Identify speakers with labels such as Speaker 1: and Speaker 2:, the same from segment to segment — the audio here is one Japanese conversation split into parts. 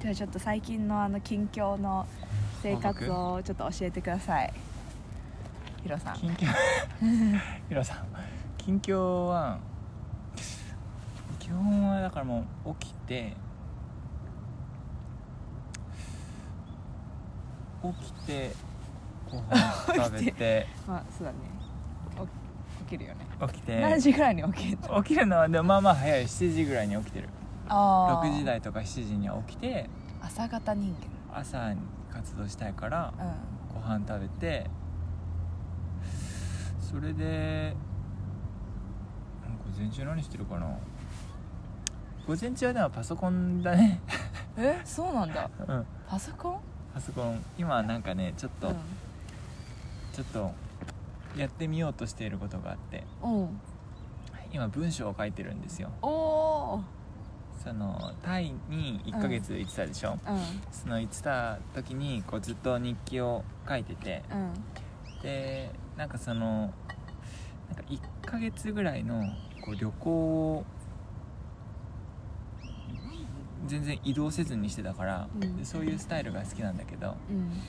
Speaker 1: じゃあちょっと最近のあの近況の生活をちょっと教えてくださいヒロさん
Speaker 2: 近況ヒロさん近況は基本はだからもう起きて起きてご飯 食べて
Speaker 1: まあそうだね起き起きるよね、
Speaker 2: 起きて
Speaker 1: 何時ぐらいに起きるの
Speaker 2: 起きるのはでもまあまあ早い7時ぐらいに起きてる
Speaker 1: あー
Speaker 2: 6時台とか7時には起きて
Speaker 1: 朝方人
Speaker 2: 朝に活動したいから
Speaker 1: 間うん
Speaker 2: ご飯食べてそれでなんか午前中何してるかな午前中はでもパソコンだね
Speaker 1: えそうなんだ
Speaker 2: うん
Speaker 1: パソコン
Speaker 2: パソコン今なんかねちょっと、ちょっとやってみようとしていることがあって
Speaker 1: うん、うん、
Speaker 2: 今文章を書いてるんですよ
Speaker 1: おお
Speaker 2: そのタイに1ヶ月行ってたでしょ、
Speaker 1: うん
Speaker 2: その行ってた時にこうずっと日記を書いてて
Speaker 1: うん
Speaker 2: でなんかそのなんか1ヶ月ぐらいのこう旅行を全然移動せずにしてたから、
Speaker 1: うん
Speaker 2: でそういうスタイルが好きなんだけど
Speaker 1: うん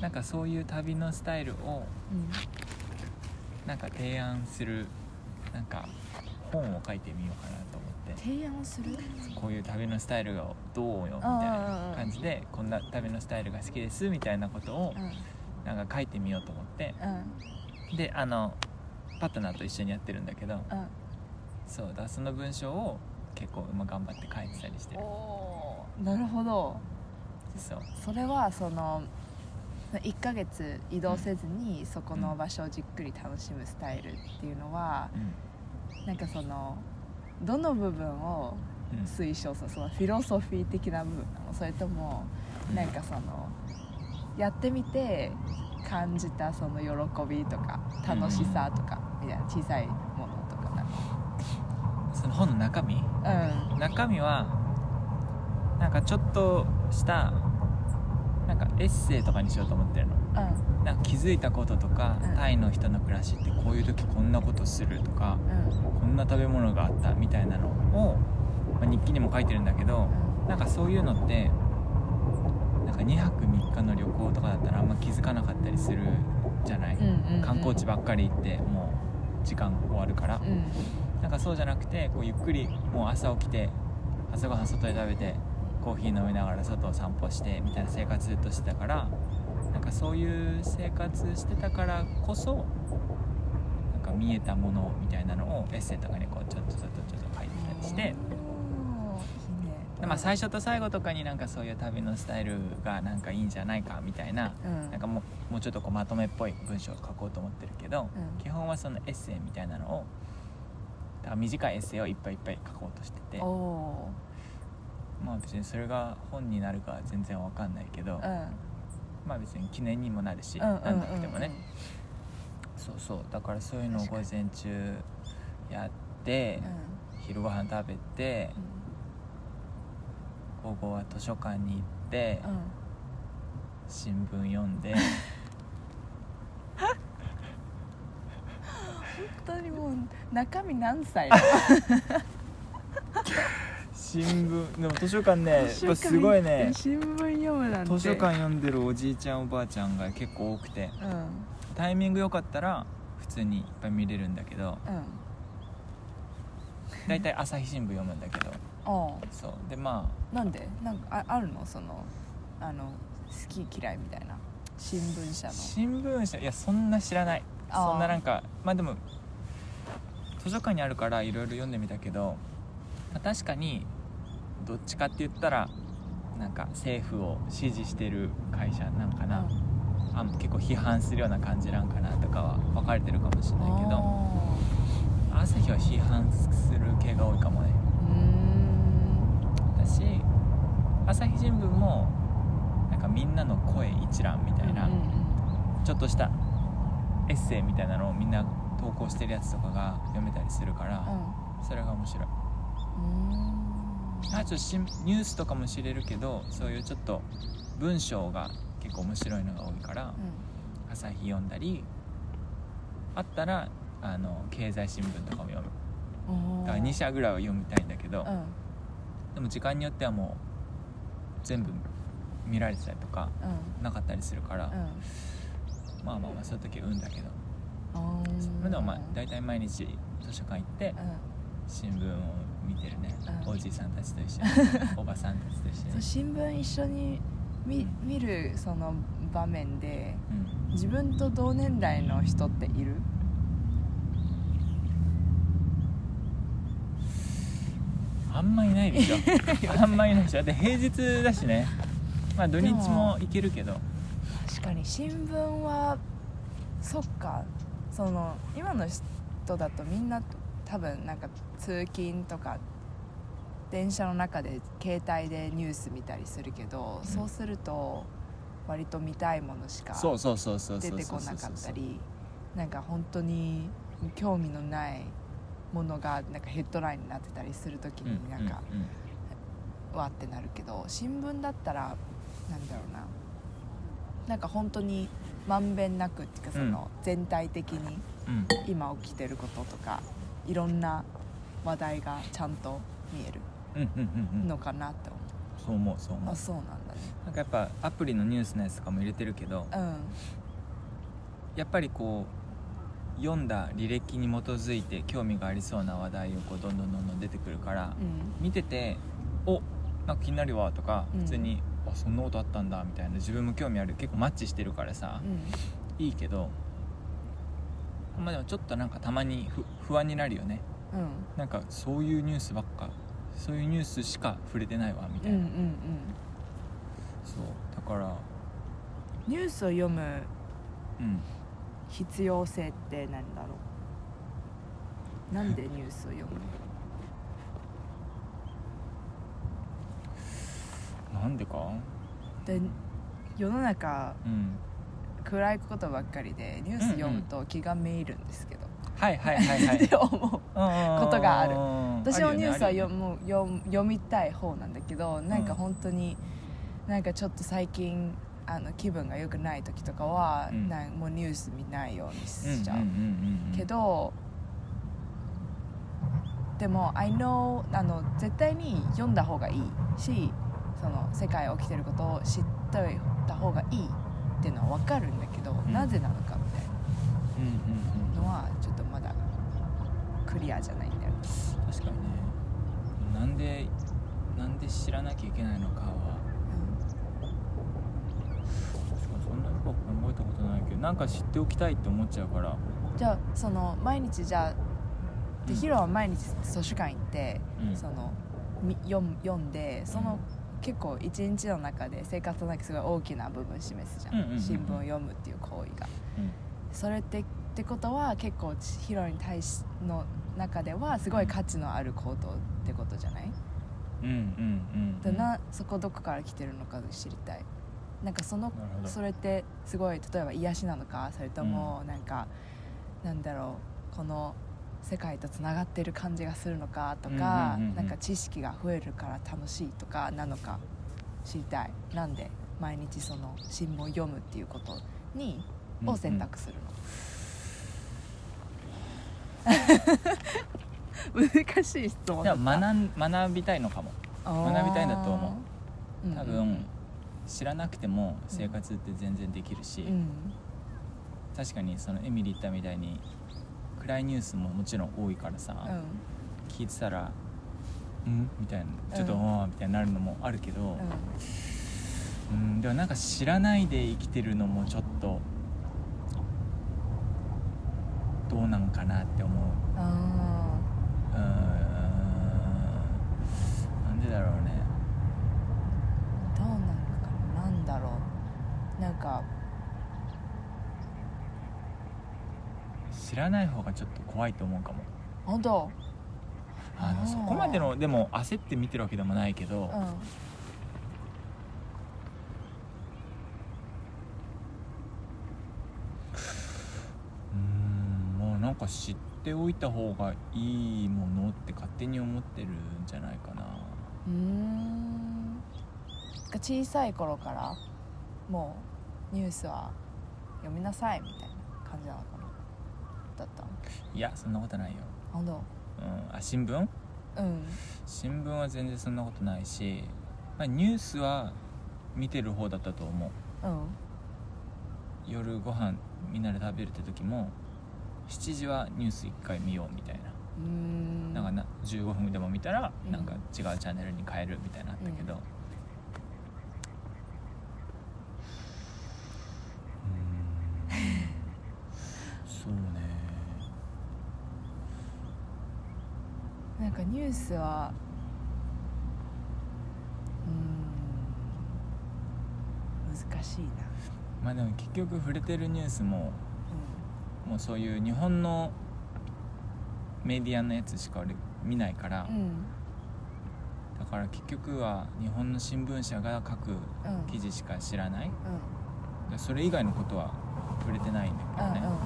Speaker 2: なんかそういう旅のスタイルをなんか提案するなんか本を書いてみようかなと思って
Speaker 1: 提案する
Speaker 2: こういう旅のスタイルがどうよみたいな感じでこんな旅のスタイルが好きですみたいなことを
Speaker 1: うん
Speaker 2: なんか書いてみようと思って
Speaker 1: うん
Speaker 2: であのパートナーと一緒にやってるんだけどそうだその文章を結構まあ頑張って書いてたりして
Speaker 1: うん
Speaker 2: る
Speaker 1: おーなるほど
Speaker 2: そう
Speaker 1: それはその1ヶ月移動せずにそこの場所をじっくり楽しむスタイルっていうのは
Speaker 2: うん
Speaker 1: なんかそのどの部分を
Speaker 2: うん
Speaker 1: 推奨するそのフィロソフィー的な部分なのそれともなんかそのやってみて感じたその喜びとか楽しさとかみたいな小さいものとかなんか
Speaker 2: その本の中身中身はなんかちょっとしたなんかエッセイとかにしようと思ってるの
Speaker 1: うんう
Speaker 2: なんか気づいたこととか、
Speaker 1: うん
Speaker 2: タイの人の暮らしってこういう時こんなことするとか
Speaker 1: んうん
Speaker 2: こんな食べ物があったみたいなのを、まあ日記にも書いてるんだけどなんかそういうのってなんか2泊3日の旅行とかだったらあんま気づかなかったりするじゃない、
Speaker 1: うんうん
Speaker 2: 観光地ばっかり行ってもう時間終わるから
Speaker 1: う、ん
Speaker 2: なんかそうじゃなくてこうゆっくりもう朝起きて朝ごはん外で食べてコーヒー飲みながら外を散歩してみたいな生活ずっとしてたからなんかそういう生活してたからこそなんか見えたものみたいなのをエッセイとかにこうちょっとちょっとちょっと書いてたりし
Speaker 1: お
Speaker 2: て。
Speaker 1: ーいいね
Speaker 2: でまあ、最初と最後とかになんかそういう旅のスタイルがなんかいいんじゃないかみたいな
Speaker 1: うん
Speaker 2: なんかもうもうちょっとこうまとめっぽい文章を書こうと思ってるけど、
Speaker 1: うん
Speaker 2: 基本はそのエッセイみたいなのをだから短いエッセイをいっぱいいっぱい書こうとしてて
Speaker 1: お
Speaker 2: まあ別にそれが本になるかは全然わかんないけ
Speaker 1: ー
Speaker 2: ど、
Speaker 1: うん
Speaker 2: まあ別に記念にもなるし、
Speaker 1: うんうん
Speaker 2: なんなくても
Speaker 1: う
Speaker 2: ね、
Speaker 1: ん
Speaker 2: そうそうだからそういうのを
Speaker 1: 確
Speaker 2: 午
Speaker 1: かに
Speaker 2: 前中やって、昼ご飯食べて午後は図書館に行って、
Speaker 1: うんうん
Speaker 2: 新聞読 んで
Speaker 1: 本当にもう中身何 歳なの
Speaker 2: 新聞でも図書館ね やっ
Speaker 1: 図書
Speaker 2: ぱ
Speaker 1: 館
Speaker 2: すごいね
Speaker 1: 新聞読むなんて
Speaker 2: 図書館読んでるおじいちゃんおばあちゃんが結構多くて
Speaker 1: うん
Speaker 2: タイミング良かったら普通にいっぱい見れるんだけ ど
Speaker 1: うん
Speaker 2: 大体朝日新聞読むんだけど
Speaker 1: あ
Speaker 2: そうでま
Speaker 1: あ
Speaker 2: あ
Speaker 1: なんでなんかああるのそのあの好き嫌いみたいな新聞社の
Speaker 2: 新聞社いやそんな知らない
Speaker 1: あー
Speaker 2: そんななんかまあでも図書館にあるからいろいろ読んでみたけど、まあ確かにどっちかって言ったらなんか政府を支持してる会社なんかな、あ結構批判するような感じなんかなとかは分かれてるかもしれ
Speaker 1: うん
Speaker 2: ないけど
Speaker 1: あ
Speaker 2: 朝日は批判する系が多いかもね
Speaker 1: ーうーん
Speaker 2: だし朝日新聞もなんかみんなの声一覧みたいな、
Speaker 1: うんうん
Speaker 2: ちょっとしたエッセイみたいなのをみんな投稿してるやつとかが読めたりするから、それが面白い
Speaker 1: うんうーん
Speaker 2: あちょっとしニュースとかも知れるけどそういうちょっと文章が結構面白いのが多いから、朝日読んだりあったらあの経済新聞とかも読む
Speaker 1: うんおー
Speaker 2: だから2社ぐらいは読みたいんだけど、
Speaker 1: うん
Speaker 2: でも時間によってはもう全部見られてたりとか
Speaker 1: うん
Speaker 2: なかったりするから、
Speaker 1: うん
Speaker 2: まあまあまあそういう時は運だけど
Speaker 1: あー
Speaker 2: それでもまあ大体毎日図書館行って新聞を見てるね、
Speaker 1: うん
Speaker 2: おじいさんたちと一緒に おばさんたちと一
Speaker 1: うん
Speaker 2: 緒
Speaker 1: そう
Speaker 2: に
Speaker 1: 新聞一緒に見見るその場面で
Speaker 2: うん
Speaker 1: 自分と同年代の人っている
Speaker 2: あんまいないで しょあんまいないでしょで平日だしねまあ土日も行けるけど
Speaker 1: 確かに新聞はそっかその今の人だとみんな多分なんか通勤とか電車の中で携帯でニュース見たりするけど、
Speaker 2: うん
Speaker 1: そうすると割と見たいものしか
Speaker 2: そうそうそうそうそ
Speaker 1: 出
Speaker 2: うそう
Speaker 1: てこ
Speaker 2: そう
Speaker 1: なかったりなんか本当に興味のないものがなんかヘッドラインになってたりする時
Speaker 2: うん
Speaker 1: になんか、
Speaker 2: うんうん
Speaker 1: わってなるけど新聞だったらなんだろうななんか本当にまんべんなくっていうかその全体的に
Speaker 2: うん
Speaker 1: 今起きてることとかいろんな話題がちゃんと見える
Speaker 2: うんうんうんうん
Speaker 1: のかなって思う、
Speaker 2: そう思うそう思
Speaker 1: あ
Speaker 2: う
Speaker 1: そうなんだね
Speaker 2: なんかやっぱアプリのニュースのやつとかも入れてるけど
Speaker 1: う
Speaker 2: やっぱりこう読んだ履歴に基づいて興味がありそうな話題をこうどんどんどんどん出てくるから、
Speaker 1: んうん
Speaker 2: 見てて「おなんか気になるわ」とか
Speaker 1: うん
Speaker 2: 普通に「あそんなことあったんだ」みたいな自分も興味ある結構マッチしてるからさ、
Speaker 1: うん
Speaker 2: いいけどまあでもちょっとなんかたまに不不安になるよね
Speaker 1: うん
Speaker 2: なんかそういうニュースばっかそういうニュースしか触れてないわみた
Speaker 1: う
Speaker 2: い
Speaker 1: んう
Speaker 2: な、
Speaker 1: んうん
Speaker 2: そうだから
Speaker 1: ニュースを読む
Speaker 2: うん
Speaker 1: 必要性って何だろうなんでニュースを読む
Speaker 2: なんでか
Speaker 1: で世の中
Speaker 2: うん
Speaker 1: 暗いことばっかりでニュース読むと気がめいるんですけど、
Speaker 2: はいはいは いは
Speaker 1: っ
Speaker 2: い
Speaker 1: て思うことがある私も
Speaker 2: も
Speaker 1: ニュースは読
Speaker 2: む
Speaker 1: む読む読みたい方なんだけどなんか本当に、なんかちょっと最近あの気分が良くない時とかは、
Speaker 2: うん
Speaker 1: なんもうニュース見ないようにしちゃう、け
Speaker 2: け
Speaker 1: どでも I know あの絶対に読んだ方がいいしその世界起きてることを知っといた方がいいっていうのは分かるんだけど、
Speaker 2: ん
Speaker 1: なぜなのかみたいな
Speaker 2: うんうん
Speaker 1: のはちょっとまだクリアじゃないんだよね
Speaker 2: うん確かにねなんでなんで知らなきゃいけないのかは確かにそんなに深く考えたことないけどなんか知っておきたいって思っちゃうから
Speaker 1: じゃあその毎日じゃあで
Speaker 2: うん
Speaker 1: ヒロは毎日図書館行って、
Speaker 2: うん
Speaker 1: そのみ読む読んでその、結構一日の中で生活の中ですごい大きな部分示すじゃん,、
Speaker 2: うんうんうんうん
Speaker 1: 新聞を読むっていう行為が
Speaker 2: うん
Speaker 1: それってってことは結構ヒロに対しの中ではすごい価値のある行動ってことじゃない、
Speaker 2: うんうんう
Speaker 1: で
Speaker 2: ん
Speaker 1: なそこどこから来てるのか知りたいなんかその
Speaker 2: なるほど
Speaker 1: それってすごい例えば癒しなのかそれともなんか、なんだろうこの世界とつながってる感じがするのかとか、
Speaker 2: うんうんうんうん
Speaker 1: なんか知識が増えるから楽しいとかなのか知りたいなんで毎日その新聞を読むっていうことに
Speaker 2: うん
Speaker 1: を選択す るの、 難しい質問
Speaker 2: で
Speaker 1: だ
Speaker 2: も学ん学びたいのかも学びたいんだと思
Speaker 1: う
Speaker 2: 多分知らなくても生活って全然できるし、
Speaker 1: うん
Speaker 2: 確かにそのエミリー言ったみたいに暗いニュースももちろん多いからさ、
Speaker 1: うん
Speaker 2: 聞いてたら「ん?」みたいなちょっと
Speaker 1: う
Speaker 2: 「うんん」みたいになるのもあるけど、
Speaker 1: うん
Speaker 2: うん、でもなんか知らないで生きてるのもちょっとどうなんかなって思う
Speaker 1: あ
Speaker 2: うーんなんでだろうね
Speaker 1: ーどうなのかななんだろうなんか
Speaker 2: 知らない方がちょっと怖いと思うかも
Speaker 1: 本当
Speaker 2: あ
Speaker 1: あー
Speaker 2: のそこまでのでも焦って見てるわけでもないけど、
Speaker 1: うん
Speaker 2: うーんもうなんか知っておいた方がいいものって勝手に思ってるんじゃないかな
Speaker 1: うーん小さい頃からもうニュースは読みなさいみたいな感じなのかなだったの
Speaker 2: いやそんなことないよ、
Speaker 1: 本当
Speaker 2: うん、あ新聞
Speaker 1: うん
Speaker 2: 新聞は全然そんなことないしまあ、ニュースは見てる方だったと思う
Speaker 1: うん
Speaker 2: 夜ご飯みんなで食べるって時も7時はニュース1回見ようみたいな
Speaker 1: うーん
Speaker 2: なんかな15分でも見たら
Speaker 1: うん
Speaker 2: なんか違うチャンネルに変えるみたいなのあったけど、うーんそうね
Speaker 1: なんかニュースはうーん難しいな、
Speaker 2: まあでも結局触れてるニュースももうそういう日本のメディアのやつしか俺見ないから、
Speaker 1: うんうん
Speaker 2: だから結局は日本の新聞社が書
Speaker 1: う
Speaker 2: く
Speaker 1: ん
Speaker 2: 記事しか知らない、
Speaker 1: うんうん
Speaker 2: でそれ以外のことは触れてないんだけどね、
Speaker 1: うんうん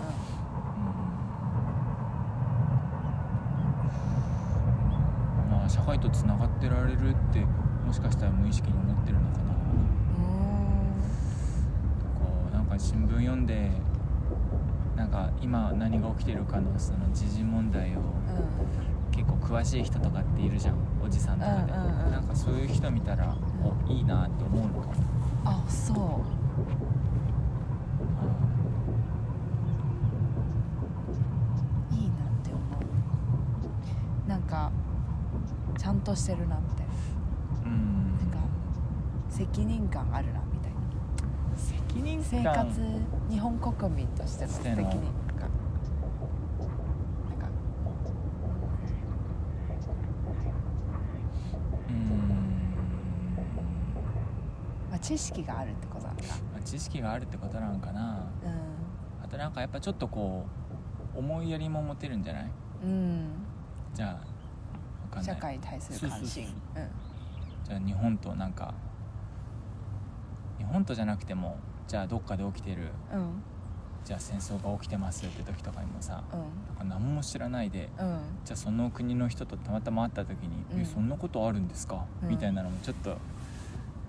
Speaker 2: うんまあ社会とつながってられるってもしかしたら無意識に思ってるのかなこうなんか新聞読んでなんか今何が起きてるかのその時事問題を結構詳しい人とかっているじゃんおじさんとかで、
Speaker 1: うんうんうん
Speaker 2: なんかそういう人見たらおいいなって思うのかも
Speaker 1: あそういいなって思うなんかちゃんとしてるなみたいな
Speaker 2: うん
Speaker 1: なんか責任感あるなみたいな
Speaker 2: 責任
Speaker 1: 生
Speaker 2: 感
Speaker 1: 活日本国民としての
Speaker 2: し
Speaker 1: 責
Speaker 2: ての
Speaker 1: 任感なんか
Speaker 2: うん
Speaker 1: まあ、知識があるってことなんだ
Speaker 2: まあ知識があるってことなんかなあとなんかやっぱちょっとこう思いやりも持てるんじゃない
Speaker 1: うん、
Speaker 2: じゃあわ
Speaker 1: う
Speaker 2: かん
Speaker 1: ん、
Speaker 2: ない
Speaker 1: 社会に対する関心
Speaker 2: そうそうじゃあ日本となんか日本とじゃなくてもじゃあどっかで起きてる
Speaker 1: うんうん
Speaker 2: じゃあ戦争が起きてますって時とかにもさ
Speaker 1: うん
Speaker 2: なんか何も知らないで
Speaker 1: うん
Speaker 2: じゃあその国の人とたまたま会った時に「
Speaker 1: うん
Speaker 2: えそんなことあるんですか
Speaker 1: うん
Speaker 2: みたいなのもちょっと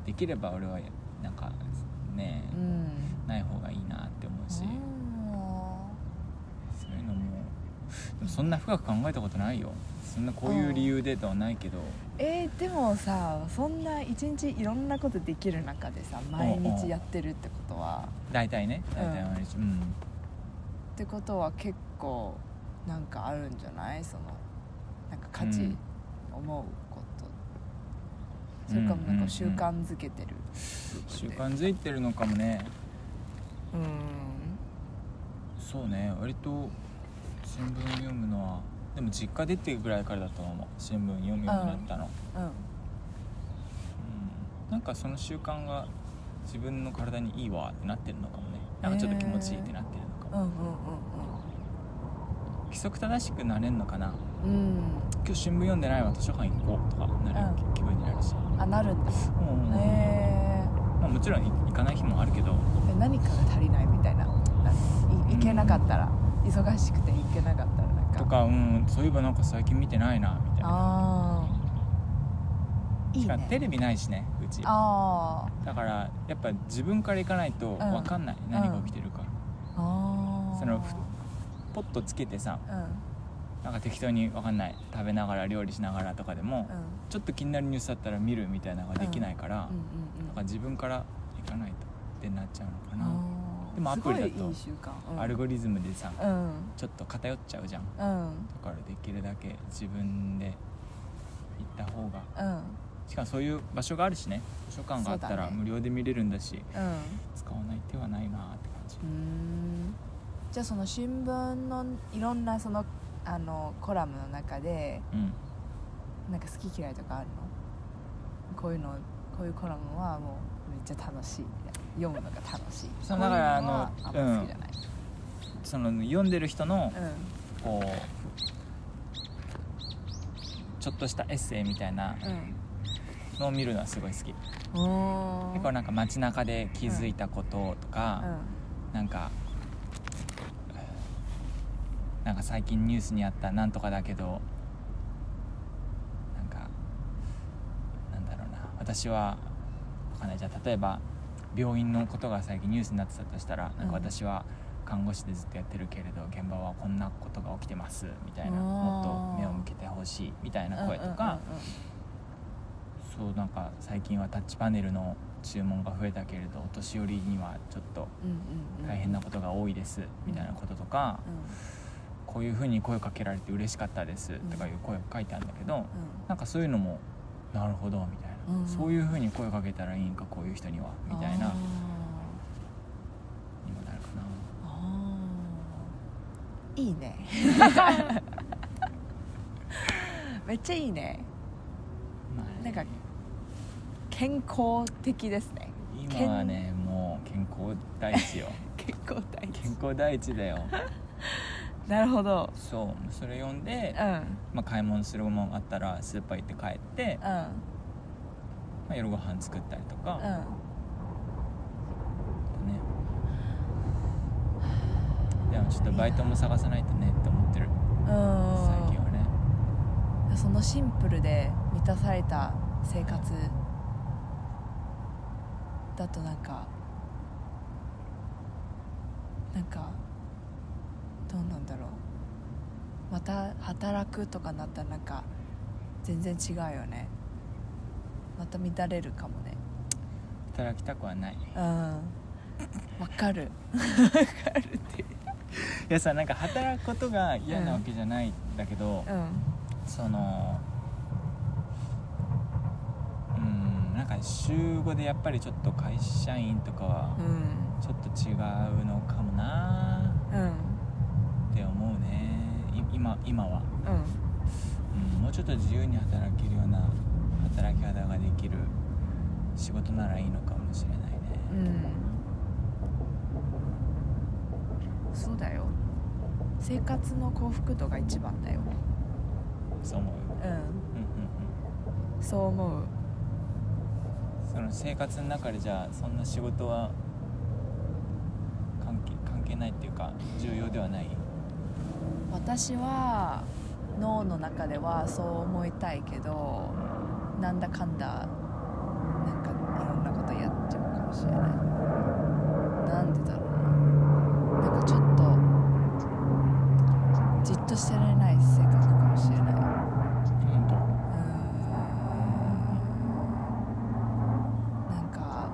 Speaker 2: できれば俺はなんかね
Speaker 1: うんうん
Speaker 2: ない方がいいなって思うしそういうのもでもそんな深く考えたことないよそんなこういう理由でとはないけど
Speaker 1: えー、でもさそんな一日いろんなことできる中でさ毎日やってるってことは
Speaker 2: 大体ね大体
Speaker 1: うん
Speaker 2: 毎日うん
Speaker 1: ってことは結構なんかあるんじゃないそのなんか価
Speaker 2: う
Speaker 1: 値
Speaker 2: ん
Speaker 1: 思うこと、それかもなんか習慣づけてる
Speaker 2: 習慣づいてるのかもね
Speaker 1: うん
Speaker 2: そうね割と新聞読むのはでも実家出てぐらいからだと思う新聞読むようになったの、
Speaker 1: うん
Speaker 2: うんなんかその習慣が自分の体にいいわってなってるのかもねなんかちょっと気持ちいいってなってるのかも、
Speaker 1: うんうん
Speaker 2: 規則正しくなれんのかな
Speaker 1: うんうん
Speaker 2: 今日新聞読んでないわ図書館行こうとかなる、
Speaker 1: う
Speaker 2: 気分になるし
Speaker 1: うんあなるんだ
Speaker 2: うんうんうん
Speaker 1: へ
Speaker 2: まあ、もちろんい行かない日もあるけど
Speaker 1: え何かが足りないみたいななんかい
Speaker 2: うん
Speaker 1: 行けなかったら忙しくて行けなかったらなんか
Speaker 2: とか、うん、そういえばなんか最近見てないなみたいな
Speaker 1: ああいい
Speaker 2: しかも
Speaker 1: ね
Speaker 2: テレビないしねうち
Speaker 1: あ
Speaker 2: だからやっぱ自分から行かないと分かんない、
Speaker 1: ん
Speaker 2: 何が起きてるか、
Speaker 1: あああ
Speaker 2: そのふポッとつけてさ
Speaker 1: うん
Speaker 2: なんか適当に分かんない食べながら料理しながらとかでも、
Speaker 1: うん
Speaker 2: ちょっと気になるニュースだったら見るみたいなのができないから
Speaker 1: う、ん
Speaker 2: なん
Speaker 1: う
Speaker 2: か
Speaker 1: ん
Speaker 2: 自分から行かないとってなっちゃうのか
Speaker 1: うん
Speaker 2: な、
Speaker 1: あー
Speaker 2: でもアプリだと
Speaker 1: すごいいい習慣うん
Speaker 2: アルゴリズムでさ
Speaker 1: うん
Speaker 2: ちょっと偏っちゃうじゃん
Speaker 1: うん
Speaker 2: だからできるだけ自分で行った方が
Speaker 1: うん
Speaker 2: しかもそういう場所があるしね図書館があった
Speaker 1: そうだ
Speaker 2: ら
Speaker 1: ね
Speaker 2: 無料で見れるんだ
Speaker 1: う
Speaker 2: し
Speaker 1: ん
Speaker 2: 使わない手はないなって感じ
Speaker 1: うーんじゃあその新聞のいろんなそのあのコラムの中で
Speaker 2: うん
Speaker 1: なんか好き嫌いとかあるのこういうのこういうコラムはもうめっちゃ楽しいみたいな読むのが楽しい
Speaker 2: そう
Speaker 1: こい
Speaker 2: だからあの
Speaker 1: はあんま好きじゃない
Speaker 2: その読んでる人の
Speaker 1: うん
Speaker 2: こうちょっとしたエッセイみたいなのを見るのはすごい好き
Speaker 1: うん
Speaker 2: 結構なんか街中で気づいたこととか、なんかなんか最近ニュースにあったなんとかだけどなんかなんだろうな私はわかんないじゃあ例えば病院のことが最近ニュースになってたとしたらなんか
Speaker 1: うん
Speaker 2: 私は看護師でずっとやってるけれど現場はこんなことが起きてますみたいな
Speaker 1: あー
Speaker 2: もっと目を向けてほしいみたいな声とか、そうなんか最近はタッチパネルの注文が増えたけれどお年寄りにはちょっと
Speaker 1: うんうんうん
Speaker 2: 大変なことが多いですみたいなこととか、
Speaker 1: うん
Speaker 2: こういうふうに声をかけられて嬉しかったですとかいう声を書いてあるんだけどなんかそういうのもなるほどみたいな、
Speaker 1: うん
Speaker 2: そういうふうに声をかけたらいいんかこういう人には
Speaker 1: うん
Speaker 2: みたいな
Speaker 1: あー
Speaker 2: にもなるかな
Speaker 1: あーいいねめっちゃいいね
Speaker 2: まあね
Speaker 1: なんか健康的ですね
Speaker 2: 今はねもう健康第一よ
Speaker 1: 健康大
Speaker 2: 健康第一だよ
Speaker 1: なるほど
Speaker 2: そうそれ読んで、
Speaker 1: うんうん
Speaker 2: まあ、買い物するもんあったらスーパー行って帰って、まあ、夜ご飯作ったりとか、だねでもちょっとバイトも探さないとねって思ってる
Speaker 1: うんうん
Speaker 2: 最近はね
Speaker 1: そのシンプルで満たされた生活だとなんかなんかどうなんだろうまた働くとかなったらなんか全然違うよねまた乱れるかもね
Speaker 2: 働きたく はないい
Speaker 1: うんわかる
Speaker 2: やさなんか働くことが嫌なわけじゃないんだけ
Speaker 1: う
Speaker 2: ど、
Speaker 1: ん
Speaker 2: そのうんなんか週5でやっぱりちょっと会社員とかは
Speaker 1: うん
Speaker 2: ちょっと違うのかもな
Speaker 1: うん
Speaker 2: って思うねい今今は、
Speaker 1: うん
Speaker 2: うん、もうちょっと自由に働けるような働き方ができる仕事ならいいのかもしれないね、
Speaker 1: うんそうだよ生活の幸福度が一番だよ
Speaker 2: そう思う
Speaker 1: うん
Speaker 2: うんうんうん
Speaker 1: そう思う
Speaker 2: その生活の中でじゃあそんな仕事は関係関係ないっていうか重要ではない
Speaker 1: 私は脳の中ではそう思いたいけどなんだかんだなんかいろんなことやっちゃうかもしれないなんでだろうななんかちょっとじっとしてられない性格かもしれない
Speaker 2: 本当
Speaker 1: うーんなんか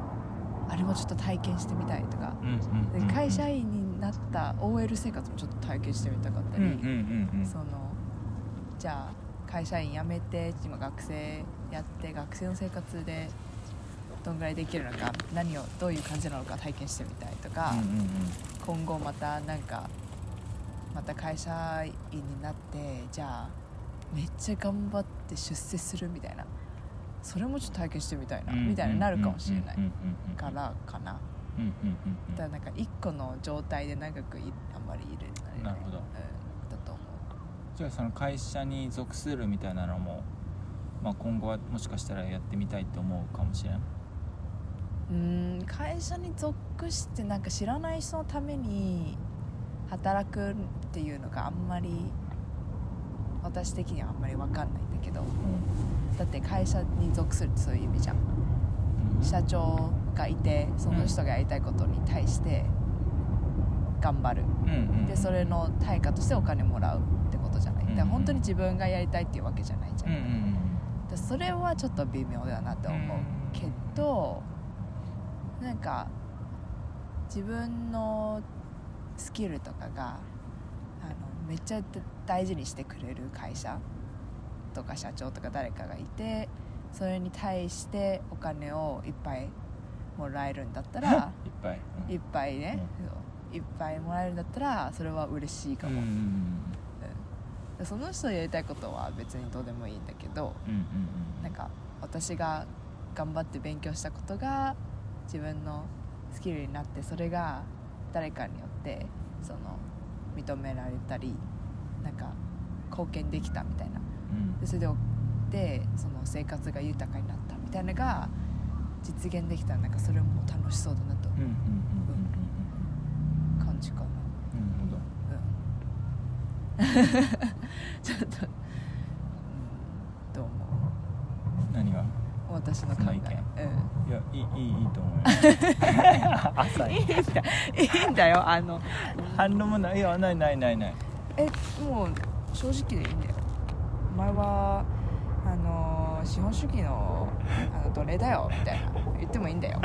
Speaker 1: あれもちょっと体験してみたいとか
Speaker 2: うんうん
Speaker 1: で
Speaker 2: うんうん
Speaker 1: 会社員になった OL 生活もちょっと体験してみたかった
Speaker 2: うん
Speaker 1: り、
Speaker 2: うんうんうん
Speaker 1: そのじゃあ会社員辞めて今学生やって学生の生活でどんぐらいできるのか何をどういう感じなのか体験してみたいとか、
Speaker 2: うんうんうん
Speaker 1: 今後またなんかまた会社員になってじゃあめっちゃ頑張って出世するみたいなそれもちょっと体験してみたいなみたいになるかもしれないからかな
Speaker 2: うんうんうんうん
Speaker 1: だからなんか一個の状態で長くいあんまりいれられない
Speaker 2: なるほど
Speaker 1: うん、だと思
Speaker 2: じゃあその会社に属するみたいなのも、まあ、今後はもしかしたらやってみたいと思うかもしれないう
Speaker 1: うん会社に属してなんか知らない人のために働くっていうのがあんまり私的にはあんまり分かんないんだけどだって会社に属するってそういう意味じゃん
Speaker 2: うん
Speaker 1: 社長がいてその人がやりたいことに対して頑張る
Speaker 2: うんうん
Speaker 1: でそれの対価としてお金もらうってことじゃないだから
Speaker 2: うん
Speaker 1: 本当に自分がやりたいっていうわけじゃないじゃ
Speaker 2: うん
Speaker 1: ん
Speaker 2: うんうん
Speaker 1: でそれはちょっと微妙だなと思うけどなんか自分のスキルとかがあのめっちゃ大事にしてくれる会社とか社長とか誰かがいてそれに対してお金をいっぱいもらえるんだったら
Speaker 2: いっぱい、うん
Speaker 1: いっぱいね、そういっぱいもらえるんだったらそれは嬉しいか
Speaker 2: うん
Speaker 1: も、でその人のやりたいことは別にどうでもいいんだけど、
Speaker 2: うんうん
Speaker 1: なんか私が頑張って勉強したことが自分のスキルになってそれが誰かによってその認められたりなんか貢献できたみたいな
Speaker 2: うん
Speaker 1: でそれででその生活が豊かになったみたいなのが実現できたらなんかそれも楽しそうだなと
Speaker 2: うんうんうんうんうん
Speaker 1: 感じかな、
Speaker 2: うんなるほど
Speaker 1: うん、 ちょっと、うん、どう思
Speaker 2: 何が
Speaker 1: う私の考
Speaker 2: その意
Speaker 1: え、うん
Speaker 2: いやいいいいいいと思います朝に
Speaker 1: いいんだよあの
Speaker 2: 反応もないいやないないないない
Speaker 1: えもう正直でいいんだよ前はあのーの資本主義のあの奴隷だよみたいな言ってもいいんだ よ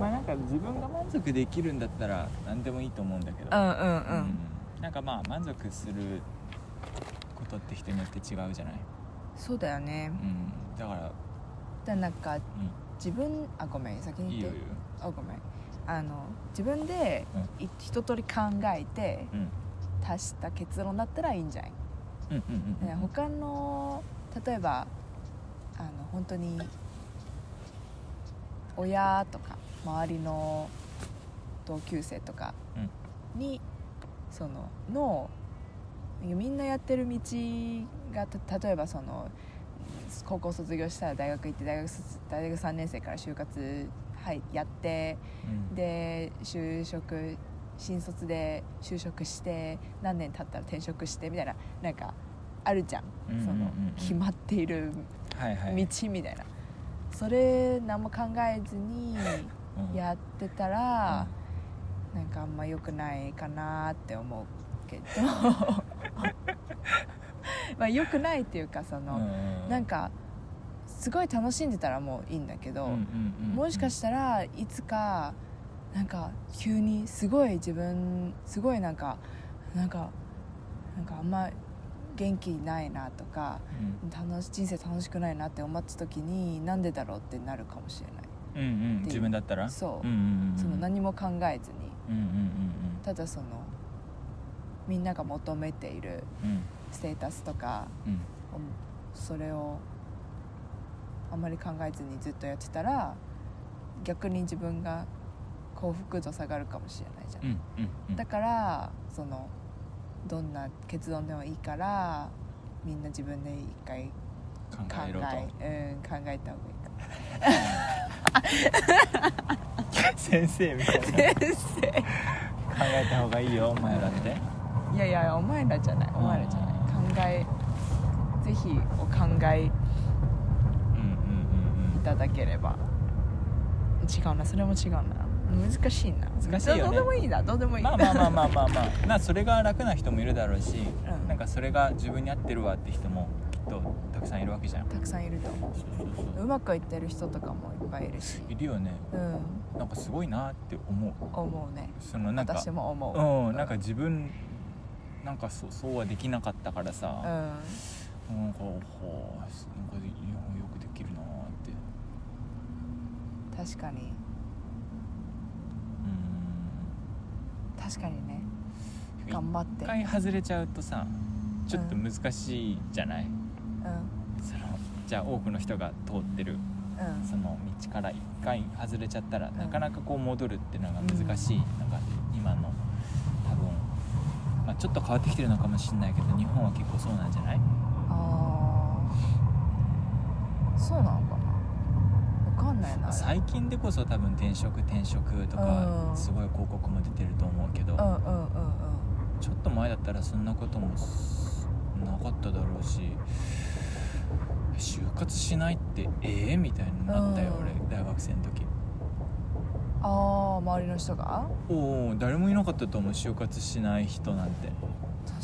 Speaker 2: まあなんか自分が満足できるんだったら何でもいいと思うんだけど、
Speaker 1: うんうんう
Speaker 2: うんなんかまあ満足することって人によって違うじゃない、
Speaker 1: そうだよね
Speaker 2: うん、だから、
Speaker 1: だなんか
Speaker 2: う
Speaker 1: 自分あごめん先
Speaker 2: ん、い
Speaker 1: に
Speaker 2: いよ
Speaker 1: 言
Speaker 2: い
Speaker 1: っ
Speaker 2: い
Speaker 1: て
Speaker 2: よ
Speaker 1: あごめんあの自分でい一通り考えて
Speaker 2: うん
Speaker 1: 足した結論だったらいいんじゃない
Speaker 2: うんうんうん
Speaker 1: ね他の例えばあの本当に親とか周りの同級生とかに、そののみんなやってる道がた例えばその高校卒業したら大学行って大学卒大学3年生から就活、はい、やって
Speaker 2: うん
Speaker 1: で就職新卒で就職して何年経ったら転職してみたいななんかあるじゃん,、
Speaker 2: うんうんうん
Speaker 1: その決まっている
Speaker 2: はいは
Speaker 1: 道
Speaker 2: い
Speaker 1: みたいな、それ何も考えずに
Speaker 2: うん
Speaker 1: やってたら、なんかあんま良くないかなって思う けどまあ良くないっていうかその、なん
Speaker 2: か
Speaker 1: かすごい楽しんでたらもういいんだけど、もしかしたらいつかなんか急にすごい自分すごいなんかなんかなんかあんま元気ないなとか楽し人生楽しくないなって思った時になんでだろうってなるかもしれない
Speaker 2: うんうん自分だったら
Speaker 1: そう
Speaker 2: うんうんうん
Speaker 1: その何も考えずに
Speaker 2: うんうん
Speaker 1: ただそのみんなが求めている
Speaker 2: うんうん
Speaker 1: ステータスとか
Speaker 2: うん
Speaker 1: それをあまり考えずにずっとやってたら逆に自分が幸福度下がるかもしれないじゃん、
Speaker 2: うんうんうん
Speaker 1: だからそのどんな結論でもいいからみんな自分で一回考
Speaker 2: 考え
Speaker 1: えう
Speaker 2: ろと
Speaker 1: ん、考えた方がいいかも
Speaker 2: 先生みたいな
Speaker 1: 先生
Speaker 2: 考えた方がいいよお前らって
Speaker 1: いやいやお前らじゃないお前らじゃない考えぜひお考え
Speaker 2: うんう
Speaker 1: い
Speaker 2: ん
Speaker 1: ただければ違うなそれも違うな難しいな
Speaker 2: 難しいよね
Speaker 1: どうでもいいなどうでも
Speaker 2: う
Speaker 1: い
Speaker 2: ん
Speaker 1: い
Speaker 2: まあまあまあまあまあ まあまあそれが楽な人もいるだろうし
Speaker 1: うん
Speaker 2: なんかそれが自分に合ってるわって人もきっとたくさんいるわけじゃん
Speaker 1: たくさんいると思
Speaker 2: そうそう
Speaker 1: う
Speaker 2: そう
Speaker 1: うまくいってる人とかもいっぱいいるし
Speaker 2: いるよね
Speaker 1: うん
Speaker 2: なんかすごいなって思う
Speaker 1: 思うね
Speaker 2: そのなんか
Speaker 1: 私も思う
Speaker 2: うんなんか自分なんかそうそうはできなかったから
Speaker 1: う
Speaker 2: さ、
Speaker 1: ん
Speaker 2: なんかほうなんかいやよくできるなーって
Speaker 1: 確かに
Speaker 2: う
Speaker 1: 確かにね
Speaker 2: ん
Speaker 1: 頑張って
Speaker 2: 一回外れちゃうとさちょっと難しいじゃない、
Speaker 1: うん
Speaker 2: そのじゃあ多くの人が通って
Speaker 1: う
Speaker 2: る
Speaker 1: ん
Speaker 2: その道から一回外れちゃったら、なかなかこう戻るっていうのが難しい、なんか今の多分、まあ、ちょっと変わってきてるのかもしれないけど日本は結構そうなんじゃない
Speaker 1: ああそうなのかなわかんないなあれ
Speaker 2: 最近でこそ多分転職転職と
Speaker 1: う
Speaker 2: か
Speaker 1: ん
Speaker 2: すごい広告も出てると思うけど、
Speaker 1: うんうんうんうん
Speaker 2: ちょっと前だったらそんなこともすなかっただろうし就活しないってええみたいになったよ、
Speaker 1: うん
Speaker 2: 俺大学生の時
Speaker 1: ああ周りの人が
Speaker 2: おお誰もいなかったと思う就活しない人なんて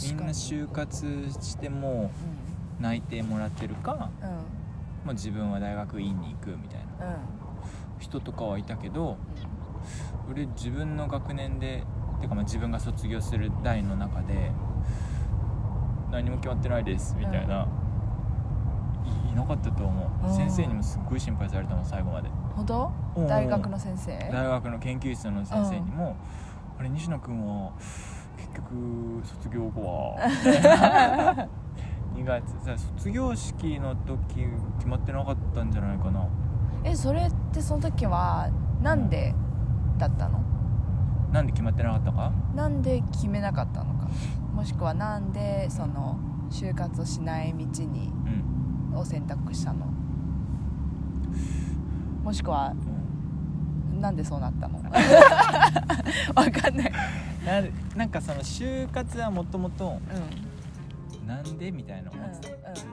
Speaker 1: 確
Speaker 2: みん
Speaker 1: か
Speaker 2: な
Speaker 1: に
Speaker 2: 就活してもう内定もらってるか
Speaker 1: うんうん
Speaker 2: もう自分は大学院に行くみたいな
Speaker 1: う
Speaker 2: 人とかはいたけど
Speaker 1: ん
Speaker 2: 俺自分の学年でてかまあ自分が卒業する代の中で何も決まってないですみたいな、いいなかったと思
Speaker 1: あ
Speaker 2: う
Speaker 1: ー
Speaker 2: 先生にもすっごい心配されたの最後まで
Speaker 1: ほど
Speaker 2: うん
Speaker 1: 大学の先生
Speaker 2: 大学の研究室の先生にも「あれ西野君は結局卒業後は」みたい な2月さ卒業式の時決まってなかったんじゃないかな
Speaker 1: えそれってその時はなんでだったの
Speaker 2: なんで決まってなかったか
Speaker 1: なんで決めなかったのかもしくはなんでその就活をしない道に
Speaker 2: うん、
Speaker 1: を選択したのもしくは
Speaker 2: うん
Speaker 1: なんでそうなったのわかんない
Speaker 2: なるなんかその就活はもともと
Speaker 1: うん
Speaker 2: なんでみたいな
Speaker 1: う
Speaker 2: 思ってたずっ